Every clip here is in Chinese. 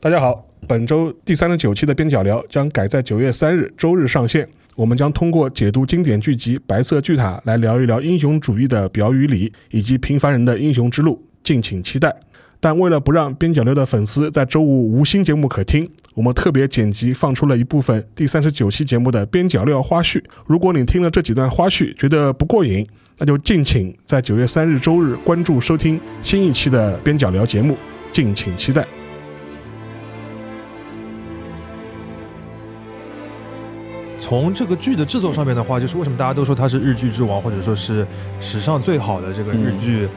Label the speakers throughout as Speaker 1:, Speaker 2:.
Speaker 1: 大家好，本周第三十九期的边角聊将改在九月三日周日上线。我们将通过解读经典剧集《白色巨塔》来聊一聊英雄主义的表与里，以及平凡人的英雄之路，敬请期待。但为了不让边角料的粉丝在周五无新节目可听，我们特别剪辑放出了一部分第三十九期节目的边角料花絮。如果你听了这几段花絮觉得不过瘾，那就敬请在九月三日周日关注收听新一期的边角聊节目，敬请期待。
Speaker 2: 从这个剧的制作上面的话，就是为什么大家都说它是日剧之王，或者说是史上最好的这个日剧。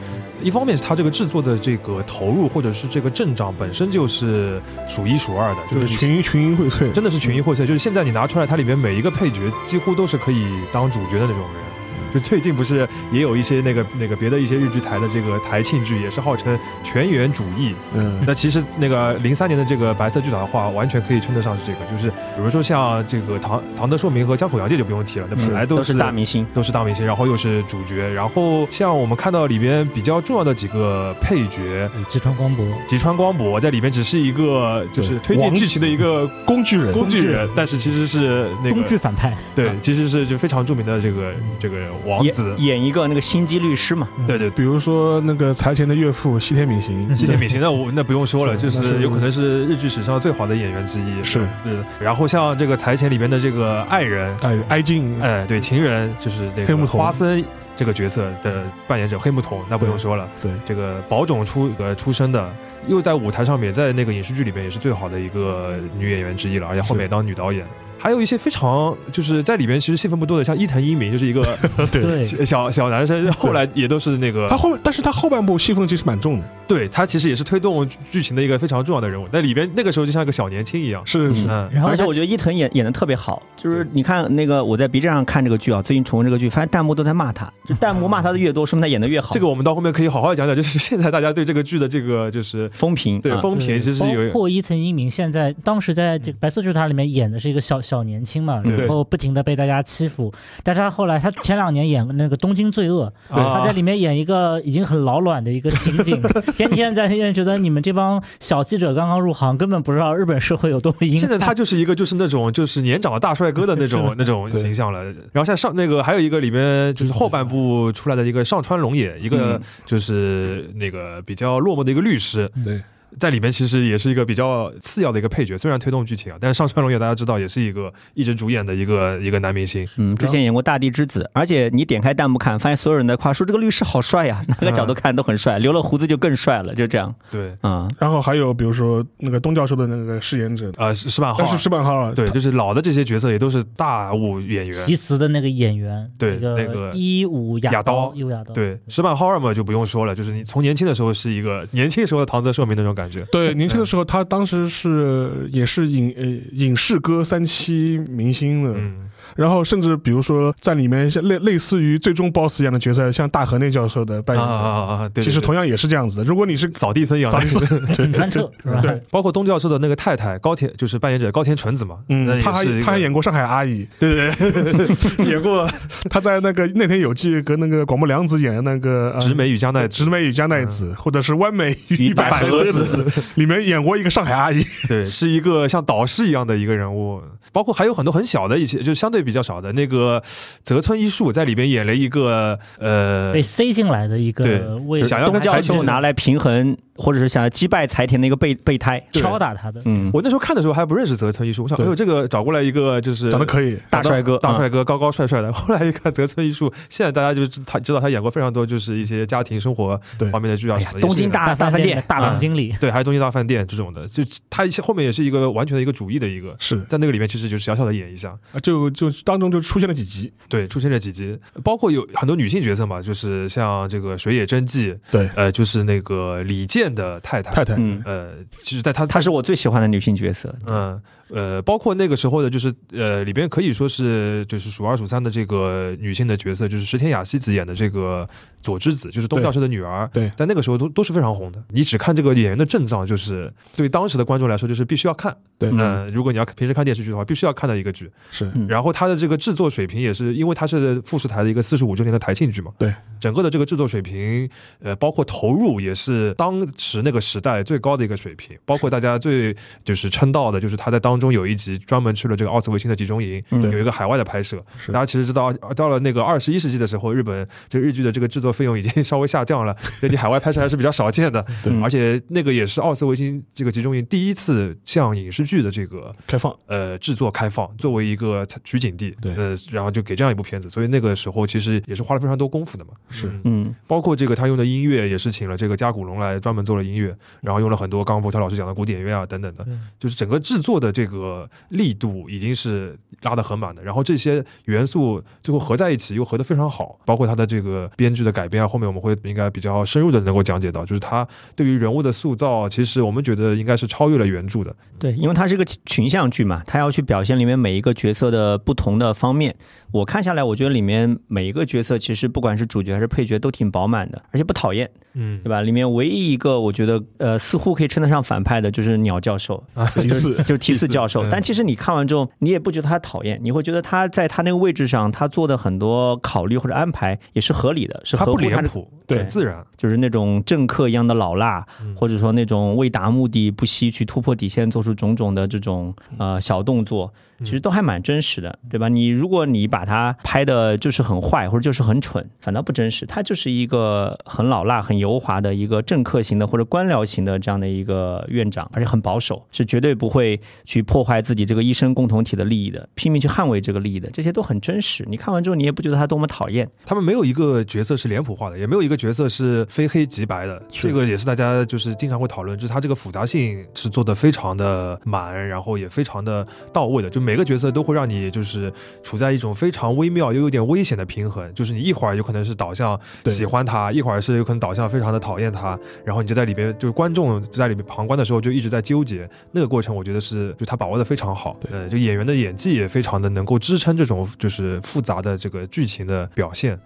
Speaker 2: 一方面是它这个制作的这个投入，或者是这个阵仗本身就是数一数二的，
Speaker 1: 就
Speaker 2: 就是是
Speaker 1: 群英群英荟萃，
Speaker 2: 真的是群英荟萃。就是现在你拿出来，它里面每一个配角几乎都是可以当主角的那种人。就最近不是也有一些那个那个别的一些日剧台的这个台庆剧，也是号称全员主义，
Speaker 1: 嗯
Speaker 2: 那其实那个零三年的这个白色巨塔的话，完全可以称得上是这个，就是比如说像这个唐唐德寿明和江口洋介就不用提了，那本来
Speaker 3: 嗯都
Speaker 2: 是,、
Speaker 3: 大明星，
Speaker 2: 都是大明星，然后又是主角，然后像我们看到里边比较重要的几个配角。
Speaker 4: 吉呃川光博，
Speaker 2: 吉川光博在里面只是一个就是推
Speaker 1: 王
Speaker 2: 进
Speaker 1: 子
Speaker 2: 剧情的一个
Speaker 1: 工具人，
Speaker 2: 工具人，但是其实是那
Speaker 4: 工具
Speaker 2: 个
Speaker 4: 反派，
Speaker 2: 对，其实是就非常著名的这个这个王
Speaker 3: 演
Speaker 2: 子，
Speaker 3: 演一个那个心机律师嘛，
Speaker 2: 对对
Speaker 1: 比如说那个财前的岳父西田敏行，
Speaker 2: 谢谢 敏行，那我那不用说了，
Speaker 1: 是
Speaker 2: 就
Speaker 1: 那是
Speaker 2: 是有可能是日剧史上最好的演员之一。
Speaker 1: 是
Speaker 2: 对的。然后像这个《财前》里面的这个爱人，
Speaker 1: 哎哀晋，
Speaker 2: 哎，对，情人就是那个
Speaker 1: 黑木瞳
Speaker 2: 花森这个角色的扮演者黑木瞳，那不用说了。
Speaker 1: 对
Speaker 2: 这个宝冢出呃出身的，又在舞台上面，在那个影视剧里面也是最好的一个女演员之一了，而且后面也当女导演。还有一些非常就是在里面其实戏份不多的，像伊藤英明就是 一个
Speaker 4: 对，
Speaker 2: 小小小男生，后来也都是那个
Speaker 1: 他后面，但是他后半部戏份其实蛮重的，
Speaker 2: 对他其实也是推动剧剧情的一个非常重要的人物，在里边那个时候就像一个小年轻一样。
Speaker 1: 是
Speaker 3: 嗯
Speaker 2: 嗯，
Speaker 4: 然后
Speaker 3: 而且
Speaker 4: 他
Speaker 3: 我觉得伊藤演演的特别好，就是你看那个我在 B 站上看这个剧啊，最近重温这个剧，发现弹幕都在骂他，就弹幕骂他的越多，说明他演的越好。
Speaker 2: 这个我们到后面可以好好讲讲，就是现在大家对这个剧的这个就是
Speaker 3: 风评
Speaker 2: 对
Speaker 3: 啊
Speaker 2: 风评其实是
Speaker 4: 呃包
Speaker 2: 有嗯
Speaker 4: 括伊藤英明现在当时在这个《白色巨塔》里面演的是一个小小年轻嘛，
Speaker 2: 对
Speaker 4: 然后不停的被大家欺负，但是他后来他前两年演那个《东京罪恶》，
Speaker 2: 对
Speaker 4: 他在里面演一个已经很老卵的一个刑 警，天天在现在觉得你们这帮小记者刚刚入行，根本不知道日本社会有多么阴
Speaker 2: 现在
Speaker 4: 暗。
Speaker 2: 他就是一个就是那种就是年长的大帅哥的那种那种
Speaker 1: 对
Speaker 2: 形象了。然后像上那个还有一个里面就是后半部出来的一个上川龙也，一个
Speaker 3: 嗯
Speaker 2: 就是那个比较落寞的一个律师，
Speaker 1: 对，
Speaker 2: 在里面其实也是一个比较次要的一个配角，虽然推动剧情啊，但是上川龙也大家知道也是一个一直主演的一个一个男明星。
Speaker 3: 嗯，之前演过《大地之子》，而且你点开弹幕看，发现所有人在夸说这个律师好帅呀、哪个
Speaker 2: 嗯
Speaker 3: 角度看都很帅，留了胡子就更帅了，就这样
Speaker 2: 对，
Speaker 3: 啊、
Speaker 1: 然后还有比如说那个东教授的那个饰演者，
Speaker 2: 呃，石石板浩
Speaker 1: 但
Speaker 2: 啊
Speaker 1: 是石板浩啊
Speaker 2: 对，，就是老的这些角色也都是大物演员。
Speaker 4: 提词的那个演员，
Speaker 2: 对
Speaker 4: 那
Speaker 2: 那个
Speaker 4: 一五
Speaker 2: 亚
Speaker 4: 亚
Speaker 2: 刀
Speaker 4: 一五亚刀，
Speaker 2: 对，石板浩二嘛就不用说了，就是你从年轻的时候是一个年轻时候的唐泽寿明那种感觉。
Speaker 1: 对，年轻的时候他当时是也是影呃影视歌三期明星的，
Speaker 2: 嗯，
Speaker 1: 然后甚至比如说在里面像类类似于最终 BOSS 一样的角色，像大河内教授的
Speaker 2: 啊
Speaker 1: 扮演者，
Speaker 2: 啊啊啊！对，
Speaker 1: 其实
Speaker 2: 对对
Speaker 1: 同样也是这样子的。如果你是
Speaker 2: 扫地僧一样的
Speaker 1: 扫地 僧，对对
Speaker 4: 川彻是吧？
Speaker 1: 对，
Speaker 2: 包括东教授的那个太太高田，就是扮演者高田纯子嘛，那
Speaker 1: 嗯，
Speaker 2: 也
Speaker 1: 他
Speaker 2: 是一
Speaker 1: 还
Speaker 2: 个
Speaker 1: 他还演过上海阿姨，
Speaker 2: 对对对，演过《
Speaker 1: 他在那个那天有记跟那个广木凉子演的那个呃
Speaker 2: 直美与江奈
Speaker 1: 对》，直美与加奈
Speaker 2: 嗯
Speaker 1: 子，或者是弯美与
Speaker 3: 与百
Speaker 1: 百合
Speaker 3: 合子
Speaker 1: 子， 里面演过一个上海阿姨，
Speaker 2: 对，是一个像导师一样的一个人物。包括还有很多很小的一些，就相对比较少的那个泽村一树在里边演了一个呃
Speaker 4: 被塞进来的一
Speaker 2: 对
Speaker 4: 个为
Speaker 2: 想要
Speaker 3: 东教授拿来平衡，或者是想要击败柴田的一个备备胎。
Speaker 2: 对
Speaker 4: 敲打他的。
Speaker 3: 嗯，
Speaker 2: 我那时候看的时候还不认识泽村一树，我想，
Speaker 1: 对
Speaker 2: 哎呦，这个找过来一个就是
Speaker 1: 长得可以。
Speaker 3: 大帅哥，
Speaker 2: 大
Speaker 3: 嗯
Speaker 2: 帅哥，高高帅帅的。 后来一看泽村一树，现在大家就知他知道他演过非常多就是一些家庭生活
Speaker 1: 对
Speaker 2: 方面的剧啊
Speaker 3: 哎
Speaker 2: 什
Speaker 3: 呀
Speaker 2: 么的。
Speaker 3: 东京
Speaker 2: 也是
Speaker 3: 大
Speaker 4: 饭
Speaker 3: 饭
Speaker 4: 店的
Speaker 3: 店
Speaker 4: 大
Speaker 2: 嗯
Speaker 4: 堂经理，
Speaker 2: 对，还有东京大饭店这种的，就他一些后面也是一个完全的一个主义的一个，
Speaker 1: 是，
Speaker 2: 在那个里面其实就是小小的演一下。
Speaker 1: 啊就就当中就出现了几集，
Speaker 2: 对，出现了几集，包括有很多女性角色嘛，就是像这个水野真纪，
Speaker 1: 对，
Speaker 2: 呃，就是那个李健的太太，
Speaker 1: 太太，
Speaker 3: 嗯，
Speaker 2: 呃，其实在他
Speaker 3: 她是我最喜欢的女性角色。
Speaker 2: 嗯，呃，包括那个时候的，就是呃，里边可以说是就是数二数三的这个女性的角色，就是石田雅希子演的这个佐之子，就是东
Speaker 1: 对
Speaker 2: 教授的女儿，
Speaker 1: 对
Speaker 2: 在那个时候都都是非常红的。你只看这个演员的阵仗，就是对当时的观众来说，就是必须要看。
Speaker 1: 对
Speaker 2: 嗯、如果你要平时看电视剧的话，必须要看的一个剧。
Speaker 1: 是
Speaker 3: 嗯
Speaker 2: 然后它的这个制作水平也是，因为它是富士台的一个四十五周年的台庆剧嘛，
Speaker 1: 对，
Speaker 2: 整个的这个制作水平，呃，包括投入也是当持那个时代最高的一个水平，包括大家最就是称道的，就是他在当中有一集专门去了这个奥斯维辛的集中营，
Speaker 3: 嗯
Speaker 2: 有一个海外的拍摄。
Speaker 1: 是
Speaker 2: 大家其实知道，呃到了那个二十一世纪的时候，日本这个日剧的这个制作费用已经 稍微下降了，所以你海外拍摄还是比较少见的。
Speaker 1: 对
Speaker 3: 嗯
Speaker 2: 而且那个也是奥斯维辛这个集中营第一次向影视剧的这个
Speaker 1: 开放，
Speaker 2: 呃制作开放作为一个取景地，
Speaker 1: 对
Speaker 2: 呃，然后就给这样一部片子，所以那个时候其实也是花了非常多功夫的嘛。
Speaker 1: 是
Speaker 2: 嗯
Speaker 3: 嗯
Speaker 2: 包括这个他用的音乐也是请了这个加古龙来专门做了音乐，然后用了很多刚刚佛跳老师讲的古典乐啊等等的，
Speaker 1: 嗯
Speaker 2: 就是整个制作的这个力度已经是拉得很满的，然后这些元素最后合在一起又合得非常好，包括它的这个编剧的改编啊，后面我们会应该比较深入的能够讲解到，就是他对于人物的塑造，其实我们觉得应该是超越了原著的，
Speaker 3: 对，因为它是个群像剧嘛，它要去表现里面每一个角色的不同的方面。我看下来，我觉得里面每一个角色其实不管是主角还是配角都挺饱满的，而且不讨厌，
Speaker 2: 嗯
Speaker 3: 对，吧？里面唯一一个我觉得呃似乎可以称得上反派的就是鸟教授，
Speaker 1: 第四
Speaker 3: 就是提斯教授
Speaker 2: 嗯。
Speaker 3: 但其实你看完之后，你也不觉得他讨厌，你会觉得他在他那个位置上，他做的很多考虑或者安排也是合理的，是
Speaker 2: 他
Speaker 3: 合
Speaker 2: 不
Speaker 3: 乎他
Speaker 2: 脸
Speaker 3: 的，
Speaker 2: 谱，
Speaker 3: 对
Speaker 2: 很自然，
Speaker 3: 就是那种政客一样的老辣，
Speaker 2: 嗯
Speaker 3: 或者说那种为达目的不惜去突破底线，做出种种的这种呃小动作，其实都还蛮真实的，对吧？你如果你把它拍的就是很坏，或者就是很蠢，反倒不真实，它就是一个很老辣、很油滑的一个政客型的或者官僚型的这样的一个院长，而且很保守，是绝对不会去破坏自己这个医生共同体的利益的，拼命去捍卫这个利益的，这些都很真实。你看完之后，你也不觉得他多么讨厌，
Speaker 2: 他们没有一个角色是脸谱化的，也没有一个角色是非黑即白的。
Speaker 1: 是
Speaker 2: 这个也是大家就是经常会讨论，就是它这个复杂性是做的非常的满，然后也非常的到位的。就每个角色都会让你就是处在一种非常微妙又有点危险的平衡，就是你一会儿有可能是导向
Speaker 1: 对
Speaker 2: 喜欢他，一会儿是有可能导向非常的讨厌他，然后你就在里边就是观众就在里边旁观的时候就一直在纠结。那个过程我觉得是就他把握的非常好，
Speaker 1: 对
Speaker 2: 呃，就演员的演技也非常的能够支撑这种就是复杂的这个剧情的表现。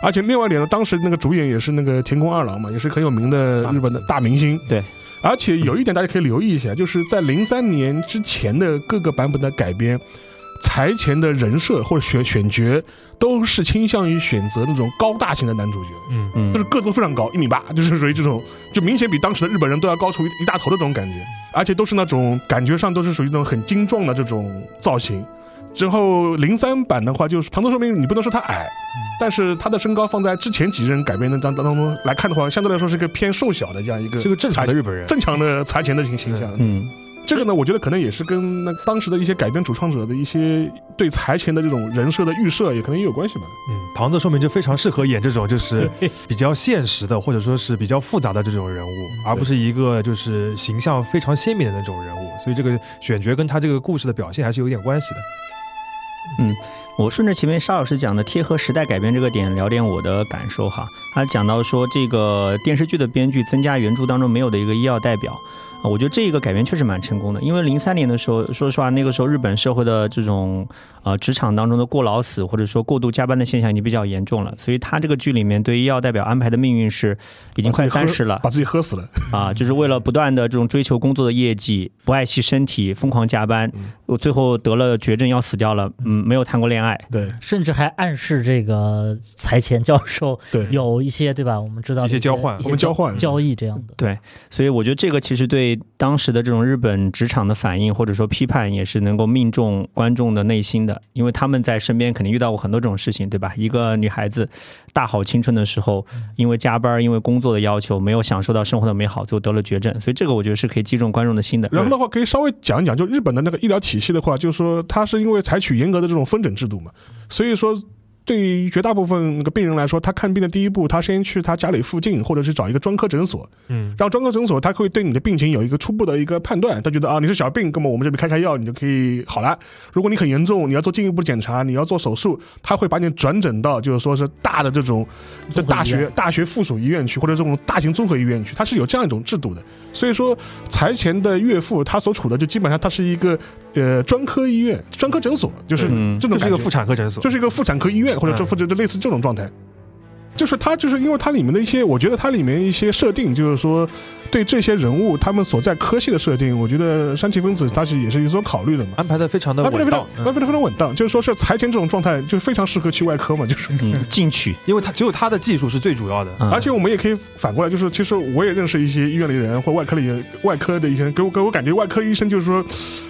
Speaker 1: 而且另外一点呢，当时那个主演也是那个田宫二郎嘛，也是很有名的日本的大明星。
Speaker 3: 对。
Speaker 1: 而且有一点大家可以留意一下，就是在零三年之前的各个版本的改编，裁前的人设或者选选角都是倾向于选择那种高大型的男主角，
Speaker 2: 嗯
Speaker 3: 嗯，
Speaker 1: 就是个子都非常高，一米八，就是属于这种，就明显比当时的日本人都要高出一一大头的这种感觉，而且都是那种感觉上都是属于那种很精壮的这种造型。之后零三版的话，就是长泽寿明，你不能说他矮，但是他的身高放在之前几任改编的当当中来看的话，相对来说是一个偏瘦小的这样一个
Speaker 2: 是个正常的
Speaker 1: 裁
Speaker 2: 日本人。
Speaker 1: 正常的裁前的形形象。
Speaker 3: 嗯。
Speaker 1: 这个呢，我觉得可能也是跟那当时的一些改编主创者的一些对裁前的这种人设的预设，也可能也有关系吧。
Speaker 2: 嗯，唐泽寿明就非常适合演这种就是比较现实的，或者说是比较复杂的这种人物，而不是一个就是形象非常鲜明的那种人物。所以这个选角跟他这个故事的表现还是有点关系的。
Speaker 3: 我顺着前面沙老师讲的贴合时代改编这个点聊点我的感受哈。他讲到说这个电视剧的编剧增加原著当中没有的一个医药代表。啊我觉得这一个改编确实蛮成功的，因为零三年的时候，说实话，那个时候日本社会的这种呃职场当中的过劳死或者说过度加班的现象已经比较严重了，所以他这个剧里面对医药代表安排的命运是已经快三 十了，
Speaker 1: 把自己喝死了，
Speaker 3: 啊，就是为了不断的这种追求工作的业绩，不爱惜身体，疯狂加班，我最后得了绝症要死掉了，嗯，没有谈过恋爱，
Speaker 1: 对
Speaker 4: 甚至还暗示这个财前教授
Speaker 1: 对，
Speaker 4: 有一些对吧？我们知道
Speaker 2: 一些
Speaker 4: 的
Speaker 2: 交换
Speaker 4: 一些
Speaker 1: 我们交换
Speaker 4: 交易这样的。
Speaker 3: 所以我觉得这个其实对当时的这种日本职场的反应或者说批判也是能够命中观众的内心的，因为他们在身边肯定遇到过很多这种事情，对吧？一个女孩子大好青春的时候，因为加班，因为工作的要求，没有享受到生活的美好，最后得了绝症，所以这个我觉得是可以击中观众的心的。
Speaker 1: 然后的话，可以稍微讲一讲，就日本的那个医疗体系的话，就是说它是因为采取严格的这种分诊制度嘛，所以说。对于绝大部分那个病人来说，他看病的第一步，他先去他家里附近，或者是找一个专科诊所，
Speaker 2: 嗯，
Speaker 1: 让专科诊所他会对你的病情有一个初步的一个判断，他觉得啊你是小病，那么我们这边开开药你就可以好了。如果你很严重，你要做进一步检查，你要做手术，他会把你转诊到就是说是大的这种在
Speaker 4: 综合
Speaker 1: 大
Speaker 4: 医院
Speaker 1: 学大学附属医院去，或者这种大型综合医院去，它是有这样一种制度的。所以说财前的岳父他所处的就基本上他是一个呃专科医院、专科诊所，就是
Speaker 3: 嗯
Speaker 1: 这种
Speaker 2: 就是一个
Speaker 1: 感觉
Speaker 2: 妇产科诊所，
Speaker 1: 就是一个妇产科医院，或者这
Speaker 2: 嗯
Speaker 1: 或者就类似这种状态。就是它就是因为它里面的一些，我觉得它里面一些设定，就是说对这些人物他们所在科系的设定，我觉得山崎分子它是也是有所考虑的嘛。
Speaker 2: 安排的非常的
Speaker 1: 安啊排的
Speaker 2: 啊
Speaker 1: 非常
Speaker 2: 稳当，，
Speaker 1: 安排
Speaker 2: 嗯
Speaker 1: 的非常稳当，就是说是财前这种状态，就非常适合去外科嘛，就是。
Speaker 3: 嗯，进取。
Speaker 2: 因为他只有他的技术是最主要的。
Speaker 3: 嗯
Speaker 1: 而且我们也可以反过来，就是其实我也认识一些医院里人或外科里人外科的医生，给我给我感觉外科医生就是说，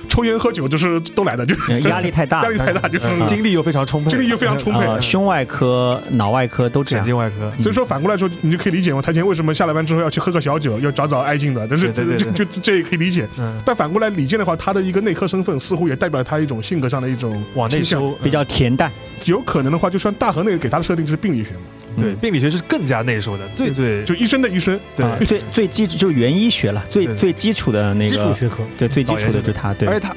Speaker 1: 抽烟喝酒就是都来的，就是
Speaker 3: 嗯压力太大
Speaker 1: 压力太大，就是
Speaker 2: 嗯精力又非常充沛，
Speaker 1: 精力又非常充沛嗯
Speaker 3: 啊，胸外科、脑外科都这
Speaker 2: 神
Speaker 3: 样。
Speaker 2: 经外科。
Speaker 1: 所以说反过来说，你就可以理解我财前为什么下了班之后要去喝个小酒，要找找爱敬的，但是
Speaker 2: 对对对
Speaker 1: 就就就这也可以理解。
Speaker 2: 嗯，
Speaker 1: 但反过来，李健的话，他的一个内科身份似乎也代表他一种性格上的一种
Speaker 2: 往内
Speaker 1: 倾向。
Speaker 2: 收嗯
Speaker 3: 比。较恬淡，
Speaker 1: 有可能的话，就算大河内给他的设定就是病理学嘛，
Speaker 2: 嗯对，病理学是更加内收的，最最
Speaker 1: 就医生的医生，
Speaker 2: 对
Speaker 3: 啊最最基础就是原医学了，最
Speaker 2: 对对
Speaker 3: 最基础的那
Speaker 4: 基础
Speaker 3: 个，
Speaker 4: 学科，
Speaker 3: 对最基础
Speaker 2: 老
Speaker 3: 的
Speaker 2: 爷
Speaker 3: 就是他，对
Speaker 2: 而且他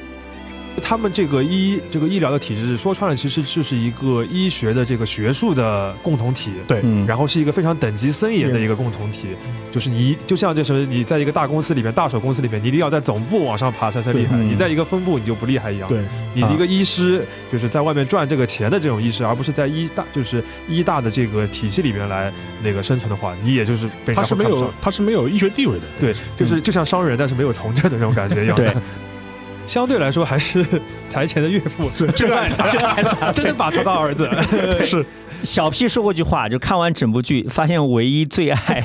Speaker 2: 他们这个医这个医疗的体制，说穿了其实就是一个医学的这个学术的共同体。
Speaker 3: 嗯，
Speaker 2: 然后是一个非常等级森严的一个共同体，就是你就像这什么，你在一个大公司里面、大手公司里面，你一定要在总部往上爬才才厉害，
Speaker 3: 对嗯
Speaker 2: 你在一个分部你就不厉害一样。
Speaker 1: 对，
Speaker 2: 你
Speaker 3: 啊
Speaker 2: 一个医师就是在外面赚这个钱的这种医师，而不是在医大就是医大的这个体系里面来那个生存的话，你也就是被人家
Speaker 1: 他是没
Speaker 2: 会看不上
Speaker 1: 有。他是没有医学地位的，
Speaker 2: 对，就是就像商人，但是没有从政的那种感觉一样。
Speaker 3: 对，
Speaker 2: 相对来说还是 财前的岳父
Speaker 1: 是这
Speaker 2: 真
Speaker 1: 个
Speaker 2: 爱他，真爱他，真的把他当儿子。
Speaker 1: 是
Speaker 3: 小 P 说过一句话，就看完整部剧，发现唯一 最爱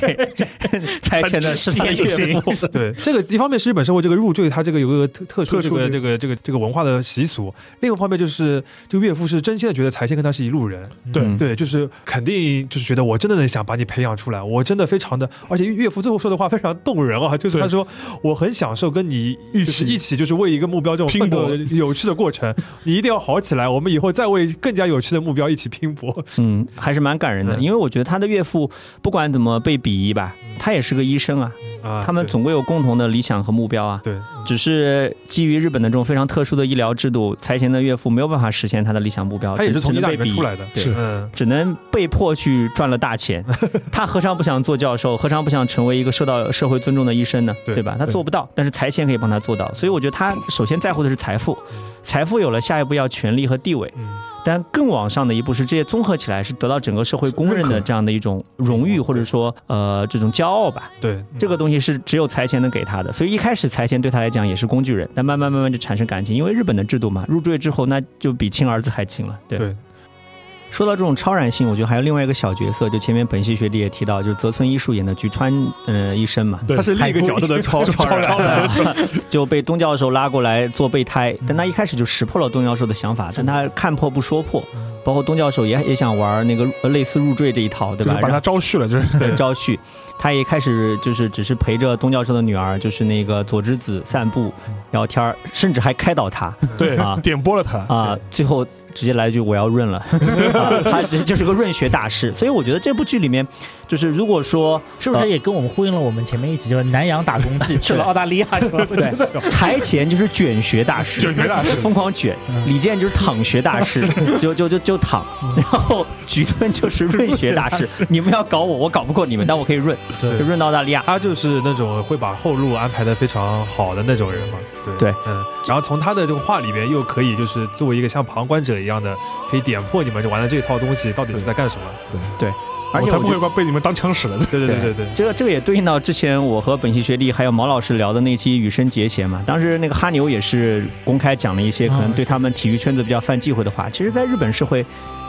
Speaker 3: 财前的是他的岳父，
Speaker 2: 对，这个一方面是日本社会这个入赘，它这个有个特特殊
Speaker 1: 特
Speaker 2: 这
Speaker 1: 殊
Speaker 2: 个
Speaker 1: 的
Speaker 2: 这个这个这个文化的习俗；另一个方面就是这个岳父是真心的觉得财前跟他是一路人，
Speaker 1: 对
Speaker 3: 嗯
Speaker 2: 对，就是肯定就是觉得我真的很想把你培养出来，我真的非常的，而且岳父最后说的话非常动人啊，就是
Speaker 1: 对
Speaker 2: 他说我很享受跟你
Speaker 1: 一
Speaker 2: 就是
Speaker 1: 起
Speaker 2: 一起就是为一个目标这种
Speaker 1: 拼
Speaker 2: 奋斗
Speaker 1: 搏
Speaker 2: 有趣的过 程，你一定要好起来，我们以后再为更加有趣的目标一起拼搏。
Speaker 3: 嗯，还是蛮感人的，
Speaker 2: 嗯
Speaker 3: 因为我觉得他的岳父不管怎么被鄙夷吧，他也是个医生啊，
Speaker 2: 啊，
Speaker 3: 他们
Speaker 2: 对
Speaker 3: 总归有共同的理想和目标啊，
Speaker 2: 对
Speaker 3: 只是基于日本的这种非常特殊的医疗制度，财前的岳父没有办法实现他的理想目标，
Speaker 2: 他也是从
Speaker 3: 只
Speaker 2: 医
Speaker 3: 能
Speaker 2: 大
Speaker 3: 被
Speaker 2: 里面
Speaker 3: 逼
Speaker 2: 出来的，
Speaker 3: 对
Speaker 1: 是
Speaker 2: 嗯，
Speaker 3: 只能被迫去赚了 大钱。他何尝不想做教授？何尝不想成为一个受到社会尊重的医生呢？
Speaker 2: 对
Speaker 3: 对吧？他
Speaker 2: 对
Speaker 3: 做不到，但是财钱可以帮他做到。所以我觉得他首先在乎的是财富，财富有了，下一步要权力和地位。
Speaker 2: 嗯
Speaker 3: 但更往上的一步是这些综合起来，是得到整个社会公认的这样的一种荣誉，
Speaker 2: 认可
Speaker 3: 或者说呃这种骄傲吧。
Speaker 2: 对
Speaker 3: 这个
Speaker 2: 嗯
Speaker 3: 东西是只有财钱能给他的，所以一开始财钱对他来讲也是工具人，但慢慢慢慢就产生感情，因为日本的制度嘛，入赘之后那就比亲儿子还亲了。对，
Speaker 2: 对
Speaker 3: 说到这种超然性，我觉得还有另外一个小角色，就前面本系学弟也提到，就是泽村一树演的菊川呃医生嘛，
Speaker 1: 对
Speaker 2: 他是另一个角度的超超人，
Speaker 3: 就被东教授拉过来做备胎，但他一开始就识破了东教授的想法，但他看破不说破，包括东教授也也想玩那个呃类似入赘这一套，
Speaker 1: 就
Speaker 3: 对
Speaker 1: 是
Speaker 3: 吧？
Speaker 1: 把
Speaker 3: 然
Speaker 1: 他
Speaker 3: 后
Speaker 1: 招去了， 就是
Speaker 3: 对招婿，他一开始就是只是陪着东教授的女儿，就是那个佐之子散步聊天儿，甚至还开导他
Speaker 1: 对
Speaker 3: 啊
Speaker 1: 点拨了他
Speaker 3: 啊，最后直接来一句我要 润了，啊他这就是个润学大师。所以我觉得这部剧里面，就是如果说
Speaker 4: 是不是也跟我们呼应了我们前面一集就是南洋打工记去了澳大利亚是吧？
Speaker 3: 对财前就是卷学大师，
Speaker 1: 卷学 嗯大师
Speaker 3: 疯狂卷；李健就是躺学 大师，就就就就躺；
Speaker 1: 嗯
Speaker 3: 然后菊村就是润学大 师，你们要搞我，我搞不过你们，但我可以润，就
Speaker 2: 对。
Speaker 3: 润到澳啊大利亚。
Speaker 2: 他就是那种会把后路安排的非常好的那种人嘛，对
Speaker 3: 对
Speaker 2: 嗯，然后从他的这个话里面又可以就是作为一个像旁观者一样的，可以点破你们玩的这套东西到底是在干什么，
Speaker 3: 而且
Speaker 1: 我才
Speaker 3: 我
Speaker 1: 不
Speaker 3: 觉
Speaker 1: 会
Speaker 3: 得
Speaker 1: 把被你们当枪使了。
Speaker 2: 对对对对
Speaker 3: 对
Speaker 2: 对，
Speaker 3: 这个这个也对应到之前我和本期学弟还有毛老师聊的那期羽生结弦嘛，当时那个哈牛也是公开讲了一些可能对他们体育圈子比较犯忌讳的话。其实，在日本社会，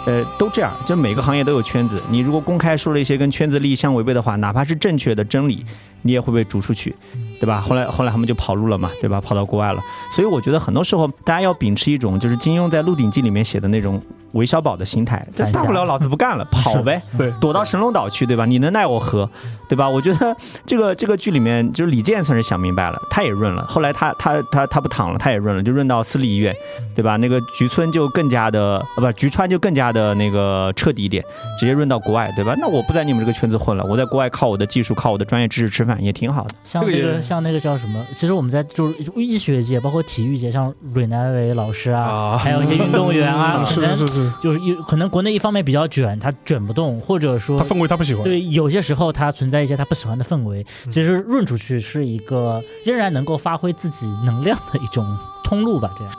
Speaker 3: 呃，都这样，就每个行业都有圈子。你如果公开说了一些跟圈子利益相违背的话，哪怕是正确的真理，你也会被逐出去，对吧？后来后来他们就跑路了嘛，对吧？跑到国外了。所以我觉得很多时候大家要秉持一种就是金庸在《鹿鼎记》里面写的那种韦小宝的心态，这
Speaker 4: 反
Speaker 3: 大不
Speaker 4: 侠
Speaker 3: 了老子 不干了，跑呗。
Speaker 1: 对，
Speaker 3: 躲到神龙岛去，对吧？你能奈我何，对吧？我觉得这个这个剧里面，就是李健算是想明白了，他也润了。后来他他他他不躺了，他也润了，就润到私立医院，对吧？那个菊村就更加的，呃，不，菊川就更加的那个彻底一点，直接润到国外，对吧？那我不在你们这个圈子混了，我在国外靠我的技术，靠我的专业知识吃饭也挺好的。
Speaker 4: 像
Speaker 2: 这
Speaker 4: 那
Speaker 2: 个也
Speaker 4: 个像那个叫什么？其实我们在就是医学界，包括体育界，像蕊南维老师啊，
Speaker 2: 啊
Speaker 4: 还有一些运动 员啊，可能
Speaker 1: 是，
Speaker 4: 就是有可能国内一方面比较卷，他卷不动，或者说
Speaker 1: 他氛围他不喜欢。嗯
Speaker 4: 对，有些时候它存在一些他不喜欢的氛围，其实润出去是一个仍然能够发挥自己能量的一种通路吧。这样，